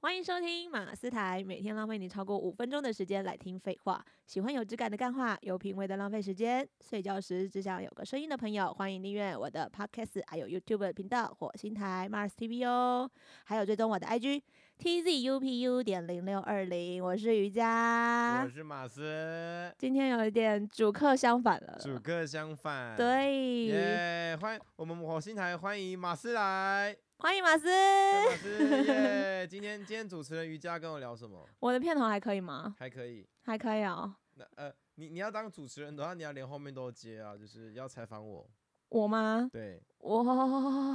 欢迎收听马斯台，每天浪费你超过五分钟的时间来听废话。喜欢有质感的干话，有品味的浪费时间。睡觉时只想有个声音的朋友，欢迎订阅我的 Podcast，还有 YouTube 频道火星台 Mars TV 哦，还有追踪我的 IG tzupu 点零六二零。我是瑜我伽，是马斯，今天有一点主客相反了，主客相反。，呃对耶、欢我们火星台欢迎马斯来，欢迎马斯。马斯 耶。今天今天主持人瑜伽跟我聊什么？我的片头还可以吗？还可以。还可以哦。那呃，你你要当主持人的话，你要连后面都接啊，就是要采访我。我吗？对，我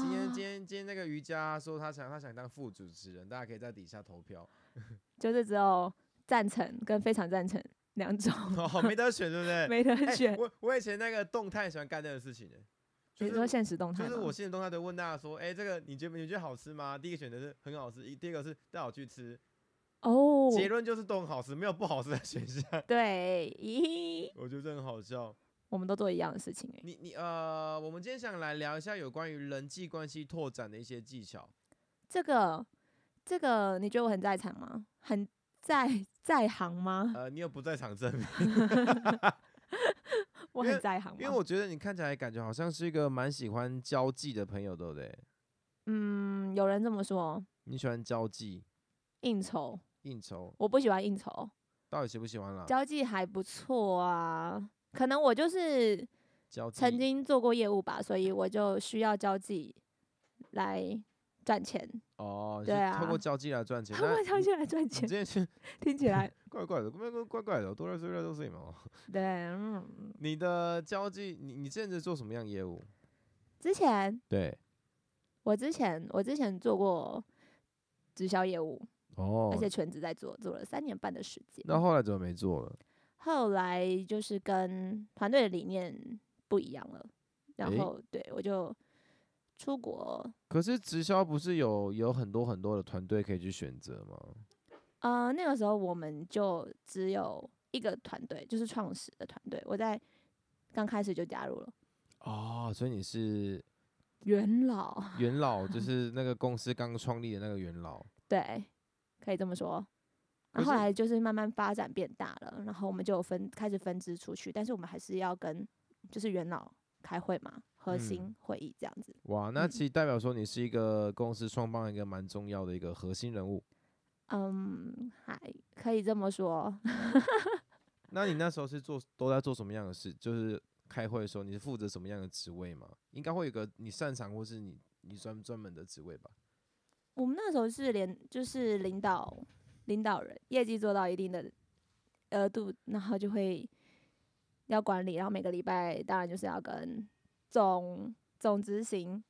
今 天今天今天那个瑜伽说他想他想当副主持人，大家可以在底下投票。就是只有赞成跟非常赞成两种，哦，没得选对不 对？没得 哎选。我我以前那个动态喜欢干这个事情的、就你是说现实动态就吗？是我现在动态都问大家说，哎、这个你觉得你觉得好吃吗？第一个选择是很好吃，一第二个是带我去吃，哦，结论就是都很好吃，没有不好吃的选项。 对，咦，我觉得这很好笑。我们都做一样的事情哎。你你呃，我们今天想来聊一下有关于人际关系拓展的一些技巧。这个这个，你觉得我很在场吗？很在在行吗？呃，你有不在场证明，我很在行吗？ 呃因为我觉得你看起来感觉好像是一个蛮喜欢交际的朋友，对不对？嗯，有人这么说，你喜欢交际应酬应酬，我不喜欢应酬，到底喜不喜欢啦？交际还不错啊。可能我就是交际曾经做过业务吧，所以我就需要交际来赚钱，哦，对是啊透过交际来 赚钱。通那过交你际来赚你钱之，前去听起来怪怪的，怪怪怪怪的，多来睡多来睡嘛。 对，嗯，你的交际，你你现在做什么样业务？之前对，我之前我之前做过直销业务，哦而且全职在做，做了三年半的时间。那后来怎么没做了？后来就是跟团队的理念不一样了，然诶后对我就出国。可是直销不是有有很多很多的团队可以去选择吗？呃，那个时候我们就只有一个团队，就是创始的团队。我在刚开始就加入了哦，所以你是元老，元老，就是那个公司刚创立的那个元老。对，可以这么说。然可后后是来就是慢慢发展变大了，然后我们就有分开始分支出去，但是我们还是要跟就是元老开会嘛，核心嗯会议这样子。 哇，那嗯其实代表说你是一个公司创办一个蛮重要的一个核心人物。嗯，还可以这么说。 那你那时候是做都在做什么样的事？就是开会的时候，你是负责什么样的职位吗？应该会有个你擅长或是你你专专门的职位吧？我们那时候是连就是领导领导人业绩做到一定的额度，然后就会要管理，然后每个礼拜当然就是要跟总总执行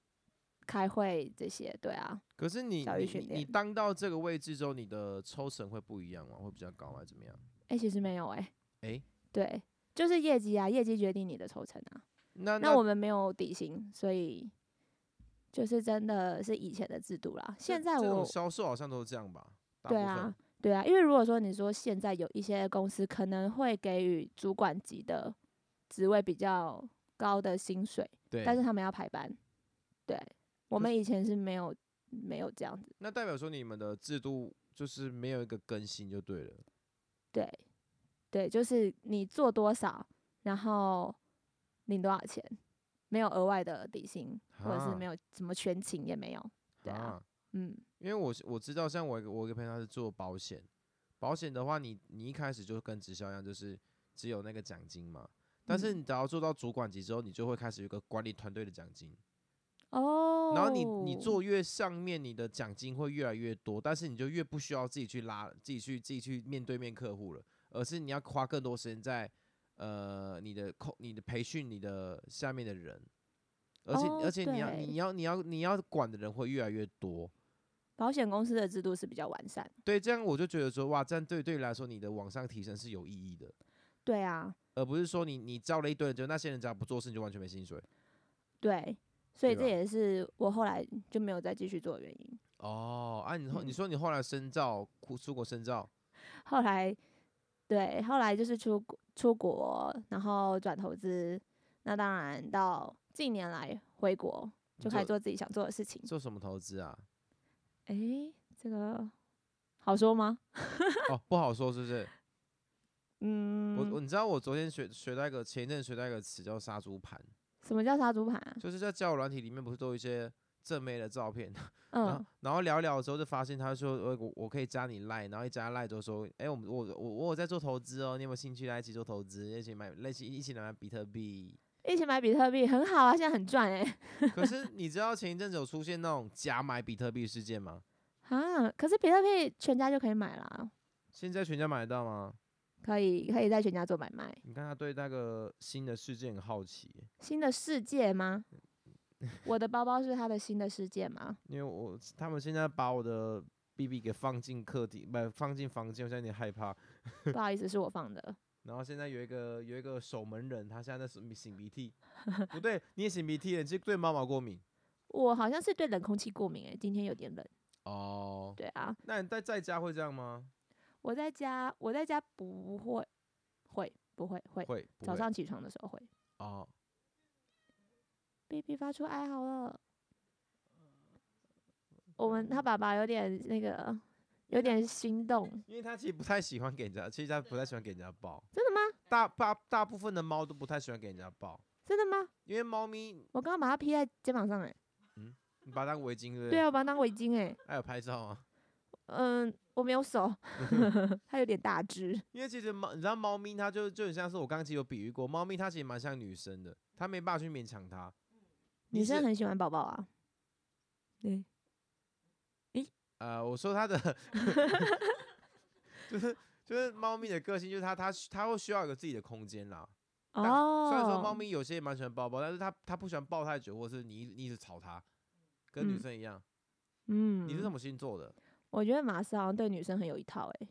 开会这些，对啊。可是你教育你训你你练当到这个位置之后，你的抽成会不一样吗？会比较高还是怎么样？哎、其实没有哎、诶对，就是业绩啊，业绩决定你的抽成啊。那那我们没有底薪，所以就是真的是以前的制度啦。现这在这种我销售好像都是这样吧？大对部啊分，，对啊，因为如果说你说现在有一些公司可能会给予主管级的职位比较高的薪水，对。但是他们要排班。对，我可们以前是没有没有这样子。那代表说你们的制度就是没有一个更新就对了。对，对，就是你做多少，然后领多少钱，没有额外的底薪，或者是啊没有什么全勤也没有。对啊，嗯，因为我是我知道，像我一个我一个朋友他是做保险，保险的话你，你一开始就跟直销一样，就是只有那个奖金嘛。但是嗯你只要做到主管级之后，你就会开始有一个管理团队的奖金。哦，然后你你做越上面，你的奖金会越来越多，但是你就越不需要自己去拉，自己去自己去面对面客户了，而是你要花更多时间在呃你的控、你的培训、你的下面的人，而且、哦而且你要对你要你要你要管的人会越来越多。保险公司的制度是比较完善。对，这样我就觉得说，哇，这样对对你来说，你的往上提升是有意义的，对啊，而不是说你你招了一堆人，就那些人只要不做事，你就完全没薪水。对，所以对这吧也是我后来就没有再继续做的原因。哦，啊，你后、嗯你说你后来深造，出出国深造，后来，对，后来就是出国出国，然后转投资，那当然到近年来回国，你就开始做做自己想做的事情。做什么投资啊？诶，这个好说吗？哦，不好说是不是？我嗯，我你知道我昨天学学到一个，前一阵学到一个词叫杀猪盘，什么叫杀猪盘啊？就是在交友软体里面不是都有一些正妹的照片，然后嗯，然后聊一聊的时候就发现他说呃我我可以加你赖，然后一加赖就说，哎、我们我我我有在做投资哦，你有没有兴趣来一起做投资，一起买，一起一起来买比特币？一起买比特币很好啊，现在很赚哎、可是你知道前一阵子有出现那种假买比特币事件吗？啊，可是比特币全家就可以买啦，现在全家买得到吗？可以可以在全家做买卖。你看他对那个新的事件很好奇耶，新的世界吗？我的包包是他的新的世界吗？因为我他们现在把我的 BB 给放进客厅，不放进房间，我现在有点害怕。不好意思，是我放的。然后现在有一个有一个守门人，他现在在擤擤 鼻涕，不对，你也擤鼻涕了，你是对猫毛过敏我好像是对冷空气过敏诶、今天有点冷。哦。对啊，那你在在家会这样吗？我在家，我在家不会，会不会会？会，不早会上起床的时候会。哦， baby 发出哀嚎了。呃我嗯们他爸爸有点那个，有点心动，因为他其实不太喜欢给人家，其实他不太喜欢给人家抱，真的吗？大大大部分的猫都不太喜欢给人家抱，真的吗？因为猫咪我刚刚把它披在肩膀上哎、你把它当围巾对不对啊，我把它当围巾哎、还有拍照啊，嗯，我没有 手，它有点大只，因为其实猫，你知道猫咪它就就很像是我刚刚其实有比喻过，猫咪它其实蛮像女生的，它没办法去勉强它。你女生是很喜欢宝宝啊。对，呃，我说 它的，就是就是猫咪的个性，就是它它它会需要有个自己的空间啦。但哦，虽然说猫咪有些也蛮喜欢抱抱，但是它它不喜欢抱太久，或者是你一你一直吵它，跟女嗯生一样。嗯，你是什么星座的？我觉得马斯好像对女生很有一套 哎、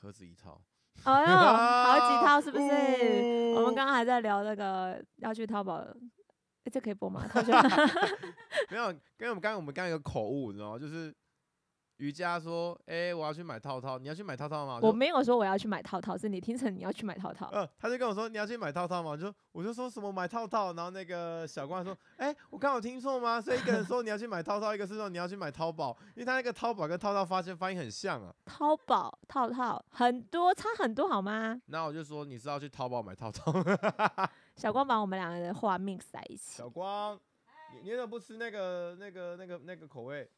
何止一套？哎呦，好几套是不 是？我哦们刚刚还在聊那个要去淘宝，诶这可以播吗？淘宝没有，跟我们刚刚我们刚刚有个口误，你知道吗？就是瑜伽说：“哎、我要去买套套，你要去买套套吗？”我我就没有说我要去买套套，是你听成你要去买套套。呃，他就跟我说你要去买套套吗？我就我就说什么买套套，然后那个小关说，哎、我刚好听错吗？所以一个人说你要去买套套，一个是说你要去买淘宝，因为他那个淘宝跟套套发现发音很像啊。淘宝套套很多，差很多好吗？然后我就说你是要去淘宝买套套，小光把我们两个人的话 mix 在一起小，光，你你怎么不吃那个那个那个那个口味？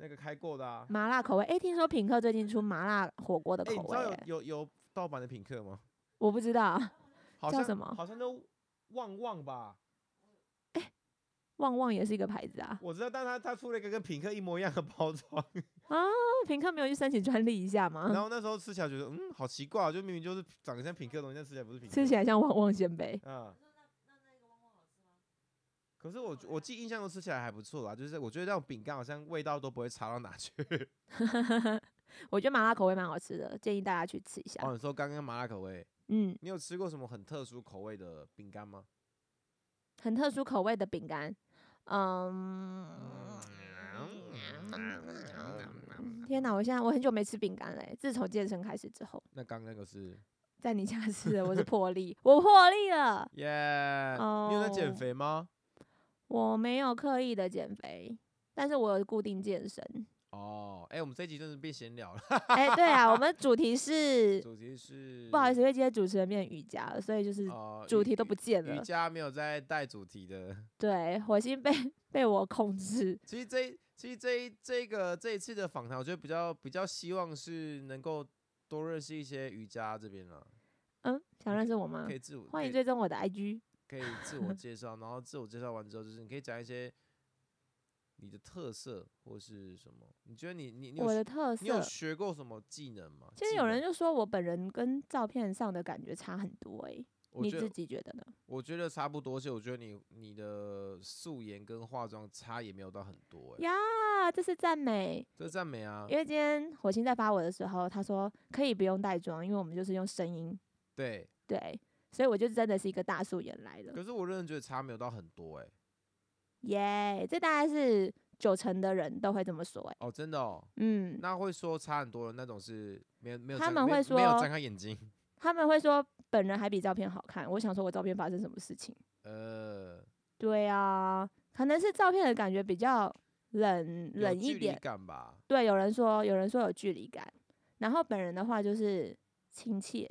那个开过的啊？麻辣口味。诶，听说品客最近出麻辣火锅的哎、口你知味、道有诶有有盗版的品客吗？我不知道，好叫像什么好像都旺旺吧，旺旺也是一个牌子啊。我知道，但他他出了一个跟品客一模一样的包装，啊，品客没有去申请专利一下然吗？后那时候吃起来觉得嗯好奇怪、啊，就明明就是长得像品客的东西，但吃起来不是品客。吃起来像旺旺仙贝，嗯。可是我觉我记印象中吃起来还不错啦，就是我觉得那种饼干好像味道都不会差到哪去。 我觉得麻辣口味蛮好吃的，建议大家去吃一下。哦，你说刚刚麻辣口味，嗯，你有吃过什么很特殊口味的饼干吗？很特殊口味的饼干，嗯。嗯天哪！我现在我很久没吃饼干嘞、欸自从健身开始之后，那刚那个是在你家吃的我是破例，我破例了，耶你有在减哦肥吗？我没有刻意的减肥，但是我有固定健身。哦，哎、我们这一集真是变闲聊了，哎、对啊，我们主题是 主题是不好意思，因为今天主持人变瑜伽了，所以就是哦，主瑜题都不见瑜了。伽没有在带主题的。对，火星被被我控制，其实这一其实这一这个这一次的访谈，我觉得比较比较希望是能够多认识一些瑜伽这边了，嗯，想认识我吗可？以自我欢迎可以追踪我的 IG。可以自我介绍，然后自我介绍完之后，就是你可以讲一些你的特色或是什么。你觉得你你你有我的学特你有色，学过什么技能吗？其实技有人能就说我本人跟照片上的感觉差很多、欸，我你觉自得己觉得呢？我觉得差不多，而且我觉得你你的素颜跟化妆差也没有到很多、欸，呀，这是赞美，这赞美啊因，为今天火星在发我的时候，他说可以不用带妆，因为我们就是用声音，对。对，所以我就真的是一个大素颜来的，可是我认真觉得差没有到很多、欸，耶、这大概是九成的人都会这么说、欸，哦，真的哦。嗯，那会说差很多的那种是没有没有他张们没有会没有说张开眼睛， 他们会说本人还比照片好看，我想说我照片发生什么事情？呃，对啊，可能是照片的感觉比较冷有冷一距离点。感吧。对，有人说有人说有距离感，然后本人的话就是亲切，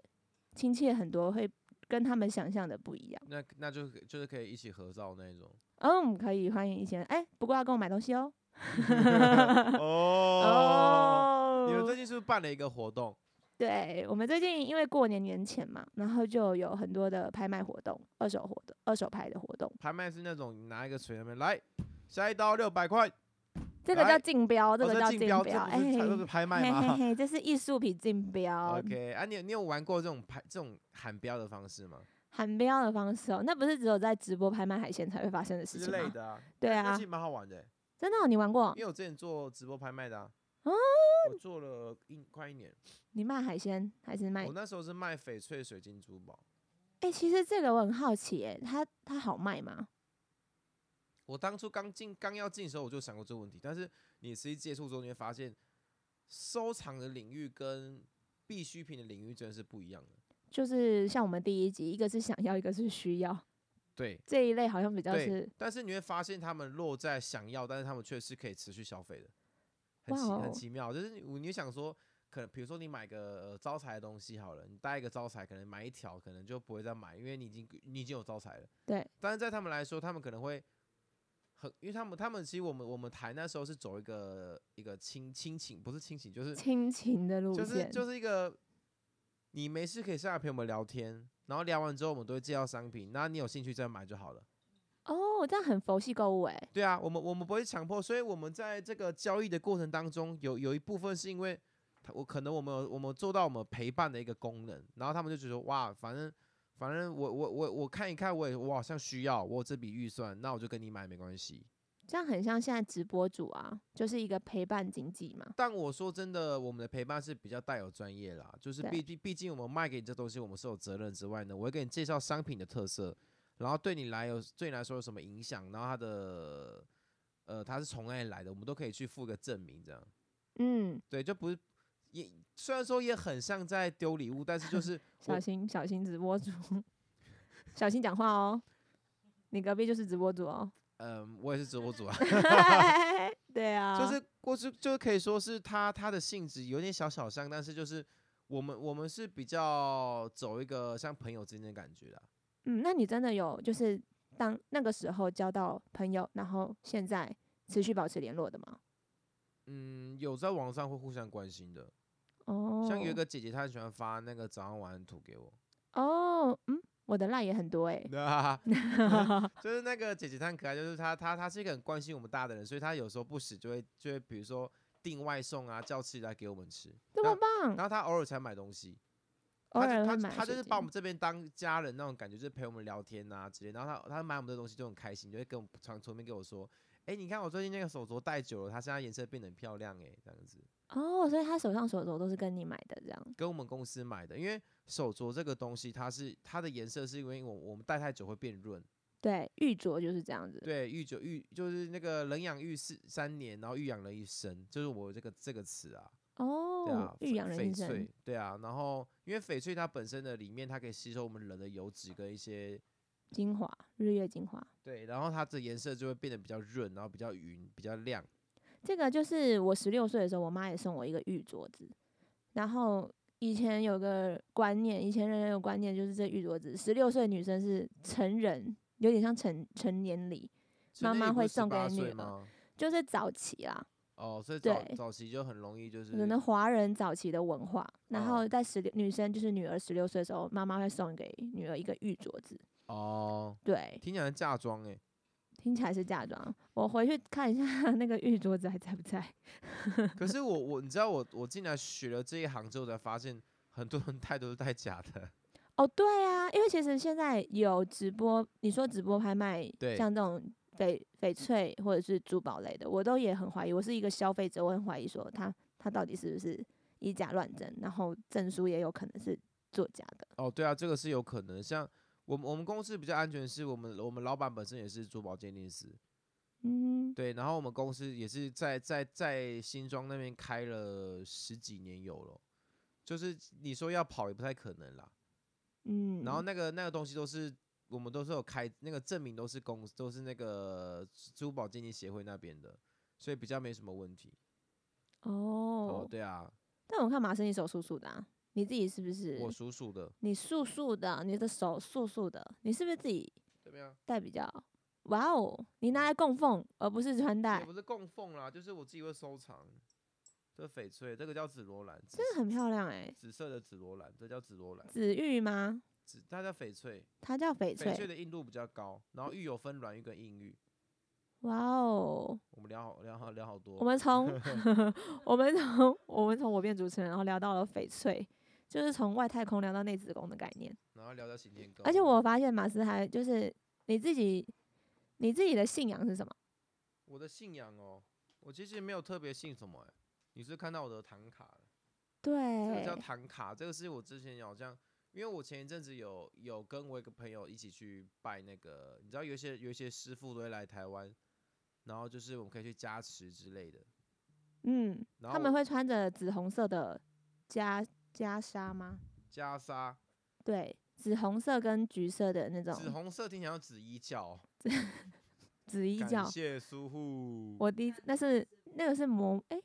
亲切很多会跟他们想象的不一样。那那就可就是可以一起合照 那一种。嗯，可以欢迎以前，哎、不过要跟我买东西哦。哦，你们最近是不是办了一个活动？对我们最近因为过年年前嘛，然后就有很多的拍卖活动，二手活动、二手拍的活动，拍卖是那种你拿一个锤那边来，下一刀六百块，哦这个叫来竞标，哦个这叫竞竞标，标，这不是这不是拍卖嘿嘿吗嘿，这是艺术品竞标， ？OK，啊，你有你有玩过这种拍这种喊标的方式吗？喊标的方式哦，那不是只有在直播拍卖海鲜才会发生的事之情类吗？的啊，对那那啊其实蛮好玩的欸，真的哦、你玩过？因为我之前做直播拍卖的啊哦，我做了一快一年，你卖海鲜还是卖我？那时候是卖翡翠水晶珠宝，哎、其实这个我很好奇、欸，它它好卖吗？我当初刚进刚要进的时候，我就想过这个问题，但是你实际接触之后，你会发现，收藏的领域跟必需品的领域真的是不一样的。就是像我们第一集，一个是想要，一个是需要，对这一类好像比较对是，但是你会发现他们落在想要，但是他们却是可以持续消费的，很奇哇哦很奇妙。就是你你想说，可能比如说你买个、呃招财的东西好了，你带一个招财，可能买一条，可能就不会再买，因为你已经你已经有招财了。对。但是在他们来说，他们可能会很，因为他们他们其实我们我们台那时候是走一个一个亲亲情，不是亲情，就是亲情的路就线，是就是一个，你没事可以上来陪我们聊天，然后聊完之后我们都会介绍商品，那你有兴趣再买就好了。哦，这样很佛系购物哎、对啊，我们我们不会强迫，所以我们在这个交易的过程当中，有有一部分是因为他我可能我们有我们做到我们陪伴的一个功能，然后他们就觉得哇，反正反正我我我我看一看，我也我好像需要，我有这笔预算，那我就跟你买没关系。这样很像现在直播主啊，就是一个陪伴经济嘛。但我说真的，我们的陪伴是比较带有专业啦，就是对毕毕毕竟我们卖给你这东西，我们是有责任之外呢，我会给你介绍商品的特色，然后对你来有对你来说有什么影响，然后它的呃它是从哪里来的，我们都可以去附个证明，这样嗯，对，就不是也虽然说也很像在丢礼物，但是就是 小我心小心直播主，小心讲话哦。你隔壁就是直播主 哦。 嗯、我也是直播主啊，对 啊，就是我就就可以说是它它的性质有点小小像，但是就是我们我们是比较走一个像朋友之间的感觉啦。嗯，那你真的有就是当那个时候交到朋友，然后现在持续保持联络的吗？嗯，有在网上会互相关心的，哦，像有一个姐姐，她很喜欢发那个早上晚安图给我，哦，嗯，我的赖也很多哎诶、 就是那个姐姐她很可爱，就是她她她是一个很关心我们大的人，所以她有时候不时就会就会比如说订外送啊，叫吃的来给我们吃， 这然么后棒，然后她偶尔才买东西，偶她尔就会她买她就水是把我晶们这边当家人那种感觉，就是陪我们聊天啊之类，然后她她买我们的东西就很开心，就会跟我们传传面给我说，哎、你看我最近那个手镯戴久了，它现在颜色变得很漂亮哎、这样子。哦，所以他手上手镯都是跟你买的这样。跟我们公司买的，因为手镯这个东西，它是它的颜色是因为我我们戴太久会变润，对，玉镯就是这样子。对，愈久愈就是那个冷养育四三年，然后育养人一生，就是我这个这个词啊，对啊哦，，玉翡养人翡一生翠，，对啊，然后因为翡翠它本身的里面它可以吸收我们人的油脂跟一些精华，日月精华。对，然后它的颜色就会变得比较润，然后比较匀，比较亮，这个就是我十六岁的时候，我妈也送我一个玉镯子。然后以前有个观念，以前人人有观念，就是这玉镯子，十六岁女生是成人，有点像成成年礼，所妈以那妈也不会是送给18女岁儿吗？就是早期啦，哦，所以早对早期就很容易就是可能华人早期的文化。哦然后在十六女生就是女儿十六岁的时候，妈妈会送给女儿一个玉镯子。哦，对，听起来很嫁妆哎、听起来是嫁妆。我回去看一下 那个玉镯子还在不在。可是我我你知道我我进来学了这一行之后才发现，很多人戴都是戴假的。哦，对啊，因为其实现在有直播，你说直播拍卖，对像这种翡翡翠或者是珠宝类的，我都也很怀疑。我是一个消费者，我很怀疑说他他到底是不是以假乱真，然后证书也有可能是作假的。哦，对啊，这个是有可能。像我们我们公司比较安全，是我们我们老板本身也是珠宝鉴定师，嗯，对，然后我们公司也是在在在新庄那边开了十几年有了，就是你说要跑也不太可能啦。嗯，然后那个那个东西都是我们都是有开那个证明都是公都是那个珠宝鉴定协会那边的，所以比较没什么问题。哦，哦，对啊，但我看马生你手素素的、啊，你自己是不是？我属鼠的，你素素的，你的手素素的，你是不是自己怎么样？戴比较？哇哦，你拿来供奉而不是穿也戴，不是供奉啦，就是我自己会收藏。这翡翠，这个叫紫罗兰，紫真的很漂亮哎、紫色的紫罗兰，这叫紫罗兰，紫玉吗？紫它叫翡翠，它叫翡翡翠翠。的硬度比较高，然后玉有分软玉跟硬玉。哇哦，我们聊好聊好聊好多，我们 从我们从我们从我变主持人，然后聊到了翡翠，就是从外太空聊到内子宫的概念。然后聊到行天宫，而且我发现马斯还就是你自己，你自己的信仰是什么？我的信仰哦，我其实没有特别信什么、欸，你是看到我的唐卡了，这个对叫，唐卡，这个是我之前好像，因为我前一阵子有有跟我一个朋友一起去拜那个，你知道有一些有一些师傅都会来台湾，然后就是我们可以去加持之类的，嗯，然他后们我会穿着紫红色的袈袈裟吗？袈裟，对，紫红色跟橘色的那紫种红色听起来像紫衣教，紫衣感教。谢苏护，我第一次那是那个是魔哎、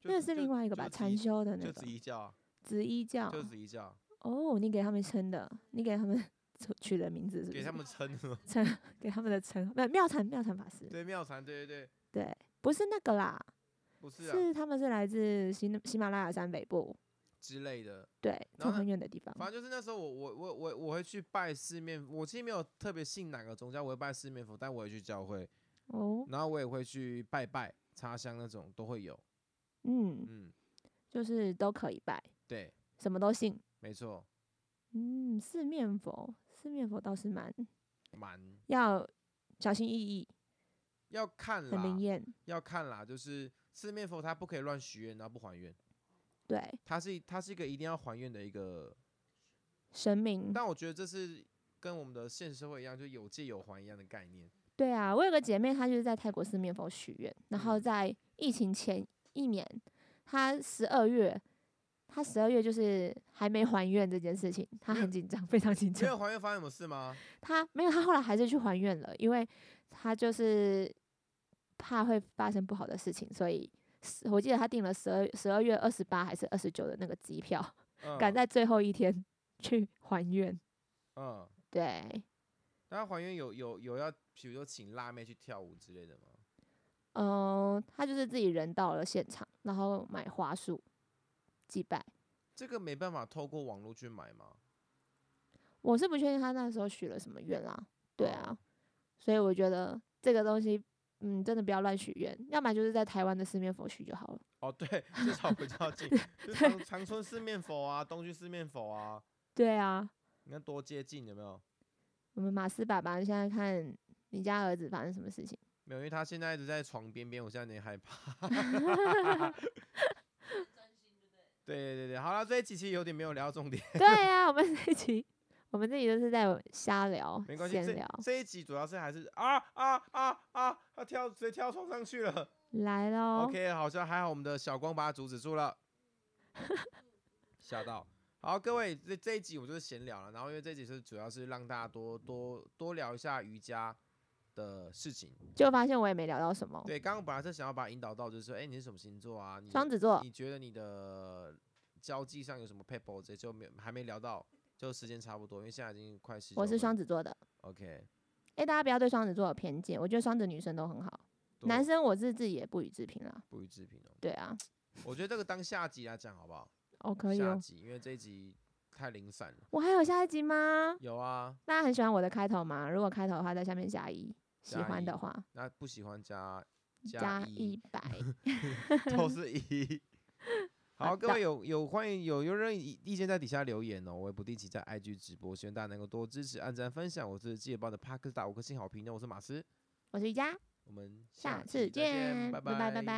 就那个紫是就另外一个吧，就紫禅衣修的那就紫个衣教啊，紫衣教。就紫衣教，哦，你给他们称的，你给他们 取的名字是不是？给他们称的，称给他们的称，不妙禅妙禅法师， 对妙禅，对对对，对，不是那个啦，不是啊是他们是来自喜喜马拉雅山北部，之类的，对，然后从很呢远的地方。反正就是那时候我我我我我会去拜四面，我其实没有特别信哪个宗教，我会拜四面佛，但我也去教会，哦，然后我也会去拜拜、插香那种都会有。嗯，嗯，就是都可以拜，对，什么都信。没错，嗯，四面佛，四面佛倒是蛮蛮要小心翼翼，要看很灵啦，验。要看啦，就是四面佛它不可以乱许愿，然后不还愿，对，它是它是一个一定要还愿的一个，神明。但我觉得这是跟我们的现实社会一样，就有借有还一样的概念。对啊，我有个姐妹，她就是在泰国四面佛许愿，然后嗯在疫情前一年，她十二月，她十二月就是还没还愿这件事情，她没有很紧张，非常紧没张。有还愿发生什么事吗？她没有，她后来还是去还愿了，因为她就是怕会发生不好的事情，所以十我记得她订了十二十二月二十八还是二十九的那个机票，嗯赶在最后一天去还愿。嗯，对，那它还愿有有有要，比如说请辣妹去跳舞之类的吗？嗯、她就是自己人到了现场，然后买花束祭拜。这个没办法透过网络去买吗？我是不确定他那时候许了什么愿啦，对哦啊，所以我觉得这个东西，嗯，真的不要乱许愿，要么就是在台湾的四面佛许就好了。哦，对，至少比较 近，就长长春四面佛啊，东区四面佛啊，对啊，你看多接近有没有？我们马斯爸爸现在看你家儿子发生什么 事情，没有，因为他现在一直在床边边，我现在有点害怕。 对 对对对，好了，这一期其实有点没有聊到重点，对啊，我们这一集，我们这里就是在瞎聊没关，系，闲这聊，这一集主要是还是啊啊啊啊，他跳直接跳床上去了。来喽 OK，好像还好我们的小光把他阻止住了，吓到。好，各位，这这一集我们就是闲聊了，然后因为这一集是主要是让大家多多多聊一下瑜伽的事情。就发现我也没聊到什么，对，刚刚本来是想要把它引导到，就是说，哎、你是什么星座啊？你双子座你觉得你的交际上有什么 people？这就没有还没聊到，就时间差不多，因为现在已经快十。我是双。子座的， OK，诶，大家不要对双子座有偏见，我觉得双子女生都很好，多男生我是自己也不予置评啦，不予置评哦。对啊，我觉得这个当下集来讲好不好？哦可以下哦，集，因为这一集太零散了。我还有下一集吗？有啊，大家很喜欢我的开头吗？如果开头的话，在下面加一；喜加欢一的话，那不喜欢加加一一，百。 都是一。好好，各的位有有欢迎有有任何意意见在底下留言哦，我也不定期在 IG 直播，希望大家能够多支持、按赞、分享。我是记得帮的帕克斯打五颗星好评的，我是马斯， 我是瑜伽，我们下次期再见，见，拜拜拜拜。